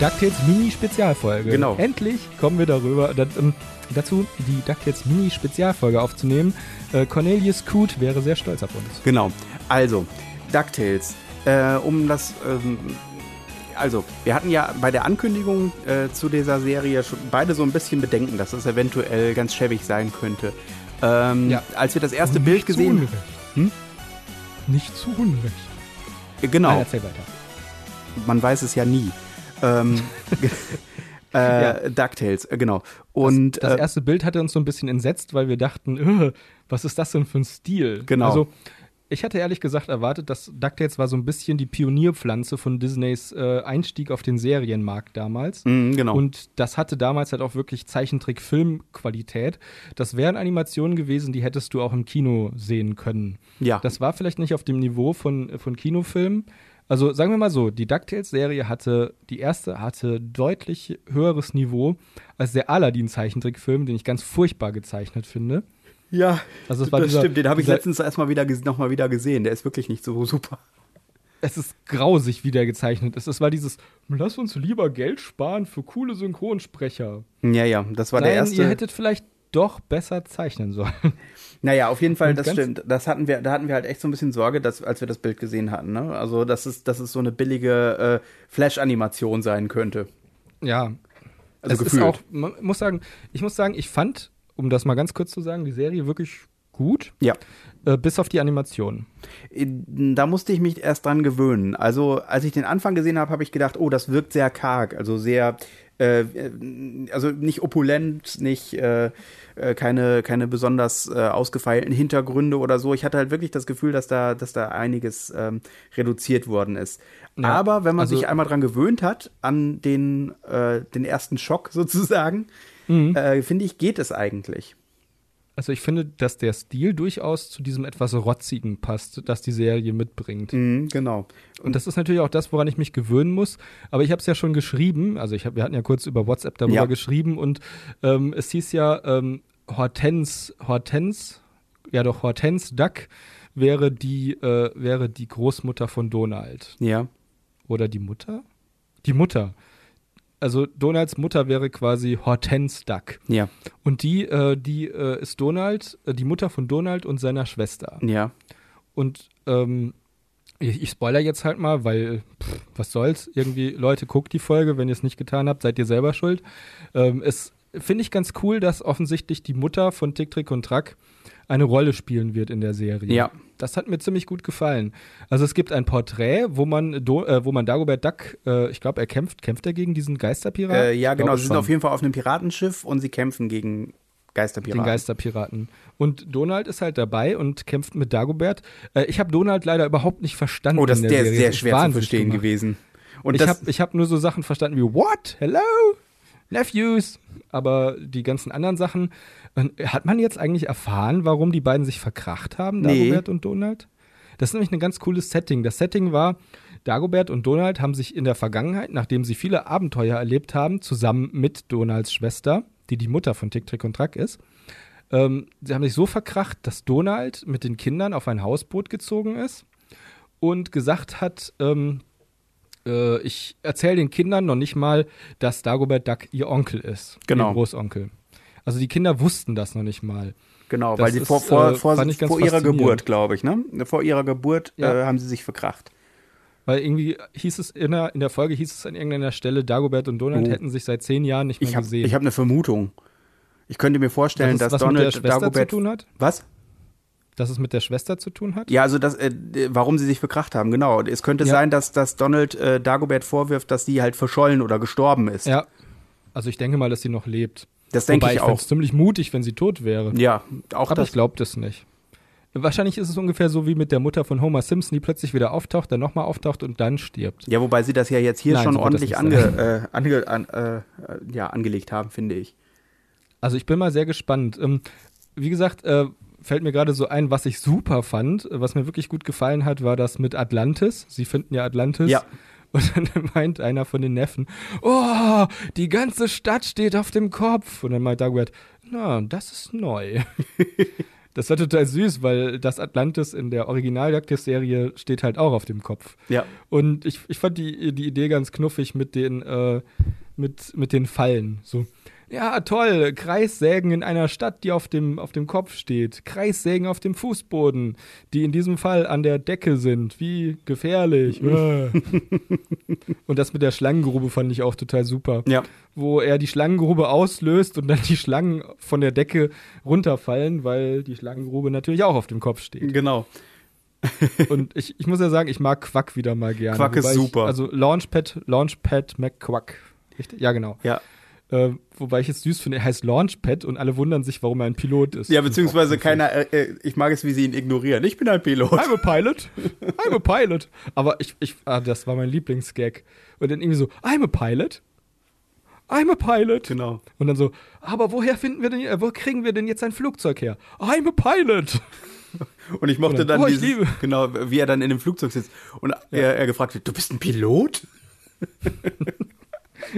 DuckTales Mini-Spezialfolge. Genau. Endlich kommen wir darüber, da, ähm, dazu, die DuckTales Mini-Spezialfolge aufzunehmen. Äh, Cornelius Coot wäre sehr stolz auf uns. Genau. Also, DuckTales. Äh, um das. Ähm, also, wir hatten ja bei der Ankündigung äh, zu dieser Serie schon beide so ein bisschen Bedenken, dass es eventuell ganz schäbig sein könnte. Ähm, Ja. Als wir das erste Bild gesehen Unrecht. Hm? Nicht zu Unrecht. haben. Genau. Nein, erzähl weiter. man weiß es ja nie. Ähm, äh, Ja. DuckTales, äh, genau. Und Das äh, erste Bild hatte uns so ein bisschen entsetzt, weil wir dachten, "Äh, was ist das denn für ein Stil? Genau. Also, ich hatte ehrlich gesagt erwartet, dass DuckTales war so ein bisschen die Pionierpflanze von Disneys äh, Einstieg auf den Serienmarkt damals. mh, genau. Und das hatte damals halt auch wirklich Zeichentrick-Film-Qualität. Das wären Animationen gewesen, die hättest du auch im Kino sehen können. ja, Das war vielleicht nicht auf dem Niveau von, von Kinofilmen. Also sagen wir mal so, die DuckTales-Serie hatte, die erste hatte deutlich höheres Niveau als der Aladdin-Zeichentrickfilm, den ich ganz furchtbar gezeichnet finde. ja Also es war das dieser, stimmt. Den habe ich dieser, letztens erstmal wieder ges- noch mal wieder gesehen. Der ist wirklich nicht so super. Es ist grausig, wie der gezeichnet ist. Es war dieses, lass uns lieber Geld sparen für coole Synchronsprecher. Ja, ja, das war der Nein, erste. ihr hättet vielleicht doch besser zeichnen sollen. Naja, auf jeden Fall, Und das ganz- stimmt. Das hatten wir, da hatten wir halt echt so ein bisschen Sorge, dass, als wir das Bild gesehen hatten. Ne? Also, dass es, dass es so eine billige äh, Flash-Animation sein könnte. Ja, Also es gefühlt. ist auch, man muss sagen, ich muss sagen, ich fand, um das mal ganz kurz zu sagen, die Serie wirklich gut, Ja. äh, bis auf die Animation. Da musste ich mich erst dran gewöhnen. Also, als ich den Anfang gesehen habe, habe ich gedacht, oh, das wirkt sehr karg, also sehr, äh, also nicht opulent, nicht äh, äh, keine keine besonders äh, ausgefeilten Hintergründe oder so. Ich hatte halt wirklich das Gefühl, dass da dass da einiges ähm, reduziert worden ist. Ja, Aber wenn man also- sich einmal dran gewöhnt hat an den äh, den ersten Schock sozusagen, Mhm. äh, finde ich, geht es eigentlich. Also ich finde, dass der Stil durchaus zu diesem etwas Rotzigen passt, das die Serie mitbringt. Mhm, genau. Und das ist natürlich auch das, woran ich mich gewöhnen muss. Aber ich habe es ja schon geschrieben, also ich hab, wir hatten ja kurz über WhatsApp darüber Ja. geschrieben und ähm, es hieß ja, ähm, Hortense, Hortense, ja doch, Hortense Duck wäre die, äh, wäre die Großmutter von Donald. Ja. Oder die Mutter? Die Mutter. Also Donalds Mutter wäre quasi Hortense Duck. Ja. Und die, äh, die äh, ist Donald, äh, die Mutter von Donald und seiner Schwester. Ja. Und ähm, ich, ich spoiler jetzt halt mal, weil pff, was soll's? Irgendwie, Leute, guckt die Folge. Wenn ihr es nicht getan habt, seid ihr selber schuld. Ähm, es finde ich ganz cool, dass offensichtlich die Mutter von Tick, Trick und Track eine Rolle spielen wird in der Serie. Ja. Das hat mir ziemlich gut gefallen. Also es gibt ein Porträt, wo man, Do äh, wo man Dagobert Duck, äh, ich glaube, er kämpft, kämpft er gegen diesen Geisterpirat? Äh, ja, Ich genau. glaube Sie sind schon. auf jeden Fall auf einem Piratenschiff und sie kämpfen gegen Geisterpiraten. Den Geisterpiraten. Und Donald ist halt dabei und kämpft mit Dagobert. Äh, ich habe Donald leider überhaupt nicht verstanden. oh, das in der ist Serie. sehr Das schwer zu wahnsinnig verstehen gemacht. gewesen. Und ich das, habe ich hab nur so Sachen verstanden wie What? Hello? Nephews. Aber die ganzen anderen Sachen. äh, Hat man jetzt eigentlich erfahren, warum die beiden sich verkracht haben, Nee. Dagobert und Donald? Das ist nämlich ein ganz cooles Setting. Das Setting war, Dagobert und Donald haben sich in der Vergangenheit, nachdem sie viele Abenteuer erlebt haben, zusammen mit Donalds Schwester, die die Mutter von Tick, Trick und Track ist, ähm, sie haben sich so verkracht, dass Donald mit den Kindern auf ein Hausboot gezogen ist und gesagt hat, ähm, äh, ich erzähle den Kindern noch nicht mal, dass Dagobert Duck ihr Onkel ist. Genau. Ihr Großonkel. Also die Kinder wussten das noch nicht mal. genau, das weil sie vor, ist, vor, äh, vor, fand ich ganz vor ihrer faszinierend. Geburt, glaube ich, ne? Vor ihrer Geburt Ja. äh, haben sie sich verkracht. Weil irgendwie hieß es in der, in der Folge hieß es an irgendeiner Stelle, Dagobert und Donald Oh. hätten sich seit zehn Jahren nicht mehr Ich habe gesehen. hab eine Vermutung. Ich könnte mir vorstellen, Dass es dass, was mit der Donald Schwester Dagobert. zu tun hat? Was? dass es mit der Schwester zu tun hat. Ja, also das, äh, d- warum sie sich verkracht haben, genau. Und Es könnte Ja. sein, dass, dass Donald äh, Dagobert vorwirft, dass sie halt verschollen oder gestorben ist. Ja. Also ich denke mal, dass sie noch lebt. Das denke Wobei ich ich fände auch. es ziemlich mutig, wenn sie tot wäre. Ja, auch Aber das. ich glaube das nicht. Wahrscheinlich ist es ungefähr so wie mit der Mutter von Homer Simpson, die plötzlich wieder auftaucht, dann nochmal auftaucht und dann stirbt. Ja, wobei sie das ja jetzt hier Nein, schon so wird das ordentlich nicht ange, äh, ange, an, äh, äh, ja, angelegt haben, finde ich. Also ich bin mal sehr gespannt. Ähm, wie gesagt, äh, fällt mir gerade so ein, was ich super fand, äh, was mir wirklich gut gefallen hat, war das mit Atlantis. Sie finden ja Atlantis. Ja. Und dann meint einer von den Neffen, oh, die ganze Stadt steht auf dem Kopf. Und dann meint Dagobert, na, das ist neu. Das war total süß, weil das Atlantis in der original serie steht halt auch auf dem Kopf. Ja. Und ich, ich fand die, die Idee ganz knuffig mit den, äh, mit, mit den Fallen. So. Ja, toll. Kreissägen in einer Stadt, die auf dem, auf dem Kopf steht. Kreissägen auf dem Fußboden, die in diesem Fall an der Decke sind. Wie gefährlich. Äh. und das mit der Schlangengrube fand ich auch total super. Ja. Wo er die Schlangengrube auslöst und dann die Schlangen von der Decke runterfallen, weil die Schlangengrube natürlich auch auf dem Kopf steht. Genau. und ich, ich muss ja sagen, ich mag Quack wieder mal gerne. Quack ist Wobei super. Ich, also Launchpad, Launchpad McQuack. Richtig? Ja, genau. Ja. Äh, wobei ich es süß finde, er heißt Launchpad und alle wundern sich, warum er ein Pilot ist. Ja, beziehungsweise keiner, äh, äh, ich mag es, wie sie ihn ignorieren. Ich bin ein Pilot. I'm a pilot. I'm a pilot. Aber ich, ich, ah, das war mein Lieblingsgag. Und dann irgendwie so, I'm a pilot. I'm a pilot. Genau. Und dann so, aber woher finden wir denn, äh, wo kriegen wir denn jetzt ein Flugzeug her? I'm a pilot. Und ich mochte Oder, dann oh, ich dieses, liebe. genau, wie er dann in dem Flugzeug sitzt und er, er gefragt wird, du bist ein Pilot?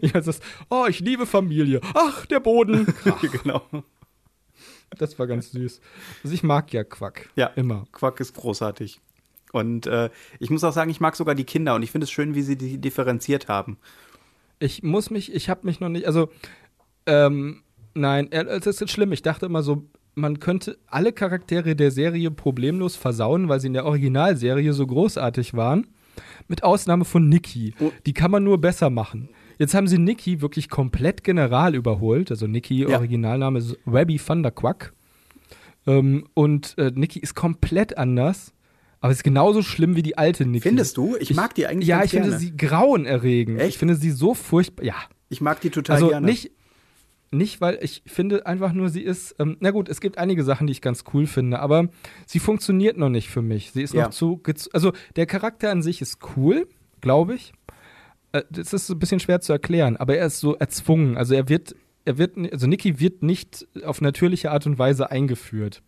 Ich weiß das, oh, ich liebe Familie. Ach, der Boden. genau. Das war ganz süß. Also ich mag ja Quack. Ja. Immer. Quack ist großartig. Und äh, ich muss auch sagen, ich mag sogar die Kinder und ich finde es schön, wie sie die differenziert haben. Ich muss mich, ich habe mich noch nicht, also, ähm, nein, äh, es ist schlimm. Ich dachte immer so, man könnte alle Charaktere der Serie problemlos versauen, weil sie in der Originalserie so großartig waren. Mit Ausnahme von Nikki. Oh. Die kann man nur besser machen. Jetzt haben sie Nikki wirklich komplett general überholt. Also Nikki, Ja. Originalname ist Webby Thunderquack. Ähm, und äh, Nikki ist komplett anders, aber ist genauso schlimm wie die alte Nikki. Findest du? Ich mag die eigentlich Ja, ganz ich finde gerne. sie grauenerregend. Echt? Ich finde sie so furchtbar. Ja. Ich mag die total Also gerne. nicht, nicht, weil ich finde einfach nur, sie ist, ähm, na gut, es gibt einige Sachen, die ich ganz cool finde, aber sie funktioniert noch nicht für mich. Sie ist Ja. noch zu, gez- also der Charakter an sich ist cool, glaube ich. Äh, das ist ein bisschen schwer zu erklären, aber er ist so erzwungen. Also er wird, er wird, ni- also Nikki wird nicht auf natürliche Art und Weise eingeführt.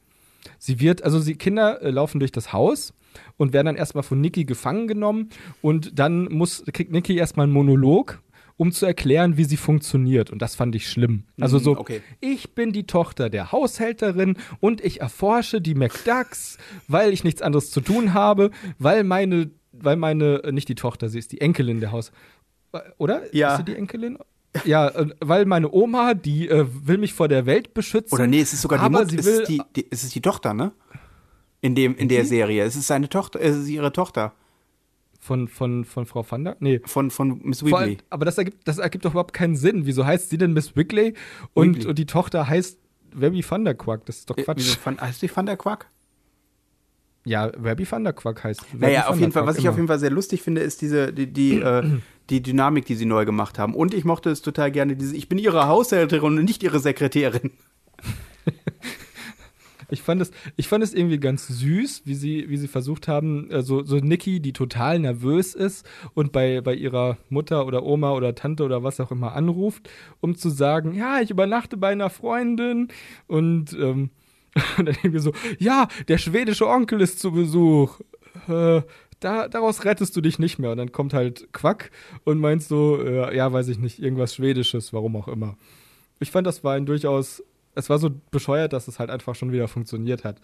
Sie wird, also die Kinder äh, laufen durch das Haus und werden dann erstmal von Nikki gefangen genommen und dann muss, kriegt Nikki erstmal einen Monolog, um zu erklären, wie sie funktioniert. Und das fand ich schlimm. Also Mm, so, okay. ich bin die Tochter der Haushälterin und ich erforsche die McDucks, weil ich nichts anderes zu tun habe, weil meine, weil meine, äh, nicht die Tochter, sie ist die Enkelin der Haus. äh, Oder? Ja. Ist sie die Enkelin? Ja, äh, weil meine Oma, die äh, will mich vor der Welt beschützen. Oder nee, es ist sogar die aber Mutter, sie es, will, Mhm. ist die, die, es ist die Tochter, ne? In, dem, in der Serie. Es ist seine Tochter, es ist ihre Tochter Von, von, von Frau Vander? Nee. von, von Miss Vor allem, Weebly. aber das ergibt, das ergibt doch überhaupt keinen Sinn. Wieso heißt sie denn Miss Wigley und, Wigley. und die Tochter heißt Webby Thunderquack? Das ist doch Äh, wieso Quatsch. fand- Heißt die Van der Quack? Ja, Webby Thunderquack heißt. Webby Naja, auf jeden Fall, Thunderquack was ich immer. auf jeden Fall sehr lustig finde, ist diese, die, die, äh, die Dynamik, die sie neu gemacht haben. Und ich mochte es total gerne, diese, ich bin ihre Haushälterin und nicht ihre Sekretärin. Ich fand es, ich fand es irgendwie ganz süß, wie sie, wie sie versucht haben, äh, so, so Nikki, die total nervös ist und bei, bei ihrer Mutter oder Oma oder Tante oder was auch immer anruft, um zu sagen, ja, ich übernachte bei einer Freundin und, ähm, und dann irgendwie so, ja, der schwedische Onkel ist zu Besuch. Äh, da, daraus rettest du dich nicht mehr. Und dann kommt halt Quack und meint so, äh, ja, weiß ich nicht, irgendwas Schwedisches, warum auch immer. Ich fand, das war ein durchaus. Es war so bescheuert, dass es halt einfach schon wieder funktioniert hat.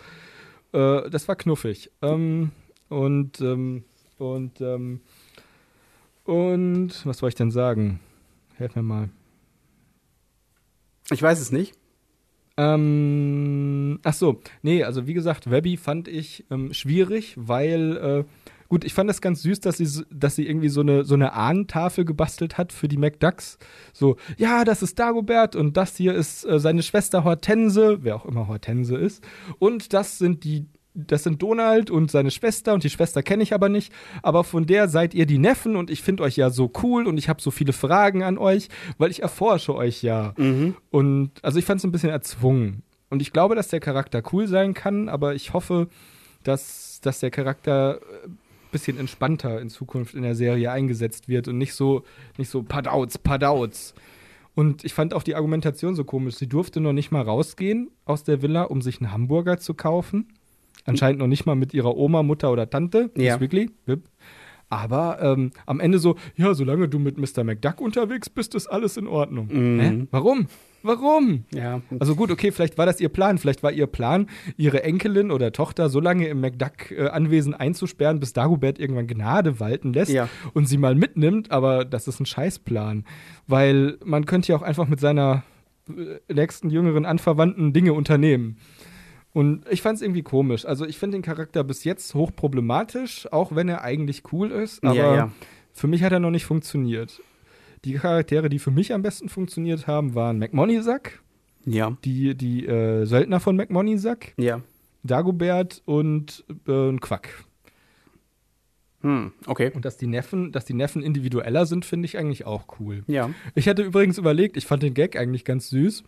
Äh, das war knuffig. Ähm, und, ähm, und, ähm, und, was soll ich denn sagen? Helf mir mal. Ich weiß es nicht. Ähm, ach so, nee, also wie gesagt, Webby fand ich ähm, schwierig, weil äh, gut, ich fand das ganz süß, dass sie, s- dass sie irgendwie so eine so eine Ahnentafel gebastelt hat für die MacDucks. So, ja, das ist Dagobert und das hier ist äh, seine Schwester Hortense, wer auch immer Hortense ist, und das sind die das sind Donald und seine Schwester und die Schwester kenne ich aber nicht, aber von der seid ihr die Neffen und ich finde euch ja so cool und ich habe so viele Fragen an euch, weil ich erforsche euch ja. Mhm. Und also ich fand es ein bisschen erzwungen. Und ich glaube, dass der Charakter cool sein kann, aber ich hoffe, dass, dass der Charakter ein bisschen entspannter in Zukunft in der Serie eingesetzt wird und nicht so, nicht so Padauts, Padauts. Und ich fand auch die Argumentation so komisch. Sie durfte noch nicht mal rausgehen aus der Villa, um sich einen Hamburger zu kaufen. Anscheinend noch nicht mal mit ihrer Oma, Mutter oder Tante. Ja. Miss Wigley. Wip. Aber ähm, Hm. am Ende so, ja, solange du mit Mr. McDuck unterwegs bist, ist alles in Ordnung. Hä? Warum? Warum? Mhm. Ja. Also gut, okay, vielleicht war das ihr Plan. Vielleicht war ihr Plan, ihre Enkelin oder Tochter so lange im MacDuck-Anwesen einzusperren, bis Dagobert irgendwann Gnade walten lässt Ja. und sie mal mitnimmt. Aber das ist ein Scheißplan. Weil man könnte ja auch einfach mit seiner äh, nächsten jüngeren Anverwandten Dinge unternehmen. Und ich fand es irgendwie komisch. Also ich finde den Charakter bis jetzt hochproblematisch, auch wenn er eigentlich cool ist. Ja, Aber ja. für mich hat er noch nicht funktioniert. Die Charaktere, die für mich am besten funktioniert haben, waren McMoneysack, Ja. die, die äh, Söldner von McMoneysack, Ja. Dagobert und äh, ein Quack. Hm, okay. Und dass die Neffen, dass die Neffen individueller sind, finde ich eigentlich auch cool. Ja. Ich hatte übrigens überlegt, ich fand den Gag eigentlich ganz süß.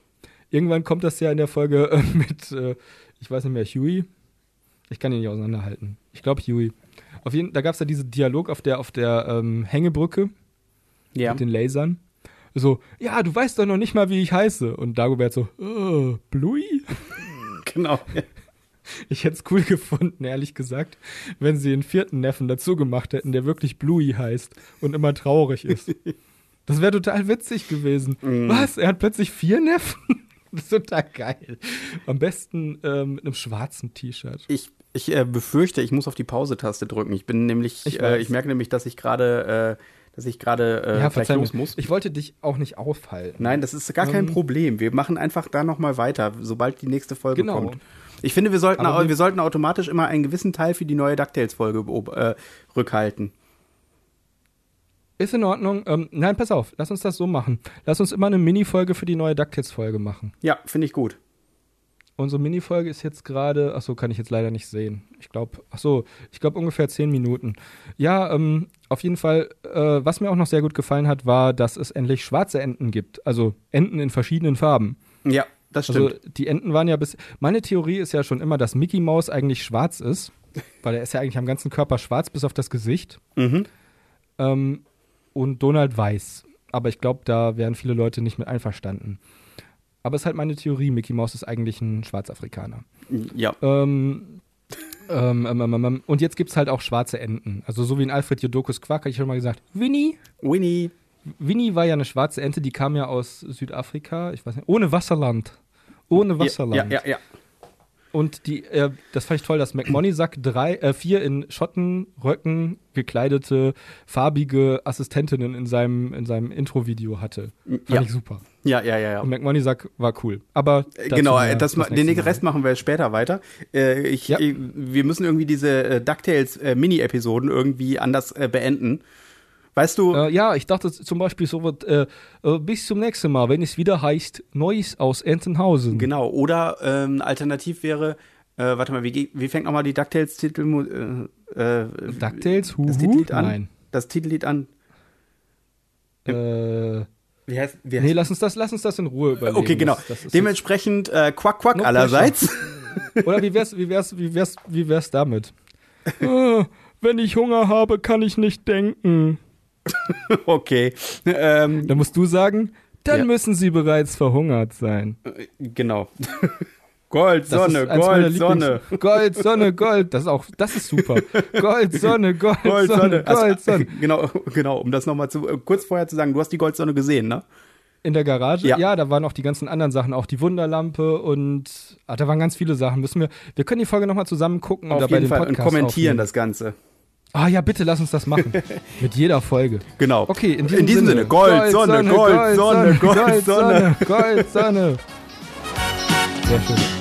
Irgendwann kommt das ja in der Folge äh, mit, äh, ich weiß nicht mehr, Huey. Ich kann ihn nicht auseinanderhalten. Ich glaube Huey. Auf jeden, da gab es ja diesen Dialog auf der, auf der ähm, Hängebrücke Ja. mit den Lasern. So, ja, du weißt doch noch nicht mal, wie ich heiße. Und Dagobert so, äh, Bluey? Genau. Ich hätte es cool gefunden, ehrlich gesagt, wenn sie einen vierten Neffen dazu gemacht hätten, der wirklich Bluey heißt und immer traurig ist. Das wäre total witzig gewesen. Mm. Was? Er hat plötzlich vier Neffen? Das ist total geil. Am besten ähm, mit einem schwarzen T-Shirt. Ich, ich äh, befürchte, ich muss auf die Pause-Taste drücken. Ich bin nämlich, Ich ich, weiß. äh, ich merke nämlich, dass ich gerade, äh, dass ich gerade äh, vielleicht verzeih mir. los muss. Ich Ähm. wollte dich auch nicht aufhalten. Nein, das ist gar kein Problem. Wir machen einfach da nochmal weiter, sobald die nächste Folge Genau. kommt. Ich finde, wir sollten, Aber au- wir- wir, sollten automatisch immer einen gewissen Teil für die neue DuckTales-Folge beob- äh, rückhalten. Ist in Ordnung. Ähm, nein, pass auf. Lass uns das so machen. Lass uns immer eine Mini-Folge für die neue DuckTales-Folge machen. Ja, finde ich gut. Unsere Minifolge ist jetzt gerade, achso, kann ich jetzt leider nicht sehen. Ich glaube, achso, ich glaube ungefähr zehn Minuten. Ja, ähm, auf jeden Fall, äh, was mir auch noch sehr gut gefallen hat, war, dass es endlich schwarze Enten gibt. Also Enten in verschiedenen Farben. Ja, das stimmt. Also die Enten waren ja bis. Meine Theorie ist ja schon immer, dass Mickey Mouse eigentlich schwarz ist, weil er ist ja eigentlich am ganzen Körper schwarz, bis auf das Gesicht. Mhm. Ähm, und Donald weiß. Aber ich glaube, da wären viele Leute nicht mit einverstanden. Aber es ist halt meine Theorie, Mickey Mouse ist eigentlich ein Schwarzafrikaner. ja. Ähm, ähm, ähm, ähm, ähm, und jetzt gibt es halt auch schwarze Enten. Also so wie in Alfred Jodokus Quack, habe ich schon mal gesagt, Winnie. Winnie. Winnie war ja eine schwarze Ente, die kam ja aus Südafrika, ich weiß nicht, ohne Wasserland. Ohne Wasserland. Ja, ja, ja. Und die, äh, das fand ich toll, dass McMoneysack drei, äh, vier in Schottenröcken gekleidete, farbige Assistentinnen in seinem, in seinem Intro-Video hatte. Fand Ja. ich super. Ja, ja, ja, ja. Und McMoneysack war cool. Aber Äh, dazu Genau, mehr äh, das, ma- den nächste Rest Mal. machen wir später weiter. Äh, ich, Ja. ich, wir müssen irgendwie diese äh, DuckTales-Mini-Episoden irgendwie anders äh, beenden. Weißt du, Äh, ja, ich dachte zum Beispiel so was, äh, äh, bis zum nächsten Mal, wenn es wieder heißt Neues aus Entenhausen. genau. Oder ähm, alternativ wäre, äh, warte mal, wie, ge- wie fängt nochmal die DuckTales-Titel äh, äh, DuckTales, das Huhu? Titellied an? Nein. Das Titellied an. Äh, Wie heißt, wie heißt nee, lass uns, das, lass uns das in Ruhe überlegen. Okay, genau. Das, das ist Dementsprechend äh, Quack Quack No allerseits. jetzt- oder wie wär's, wie wär's, wie wär's, wie wär's damit? äh, wenn ich Hunger habe, kann ich nicht denken. okay. Ähm, Dann musst du sagen, dann Ja. müssen sie bereits verhungert sein. genau. Gold, Das Sonne, ist eins meiner Gold, Sonne. Lieblings- Gold, Sonne, Gold. Das ist auch, das ist super. Gold, Sonne, Gold, Gold, Sonne, Sonne. Also, Gold, Sonne. Genau, genau, um das nochmal zu, äh, kurz vorher zu sagen, du hast die Goldsonne gesehen, ne? In der Garage? Ja. Ja. da waren auch die ganzen anderen Sachen, auch die Wunderlampe und ah, da waren ganz viele Sachen. Müssen wir, wir können die Folge nochmal zusammen gucken und Auf dabei jeden den Fall. Und Podcast kommentieren aufnehmen. das Ganze. Ah ja, bitte lass uns das machen. Mit jeder Folge. Genau. Okay, in diesem, Sinne. Gold, Sonne, Gold, Sonne, Gold, Sonne. Gold, Sonne. Gold, Sonne. Sehr schön.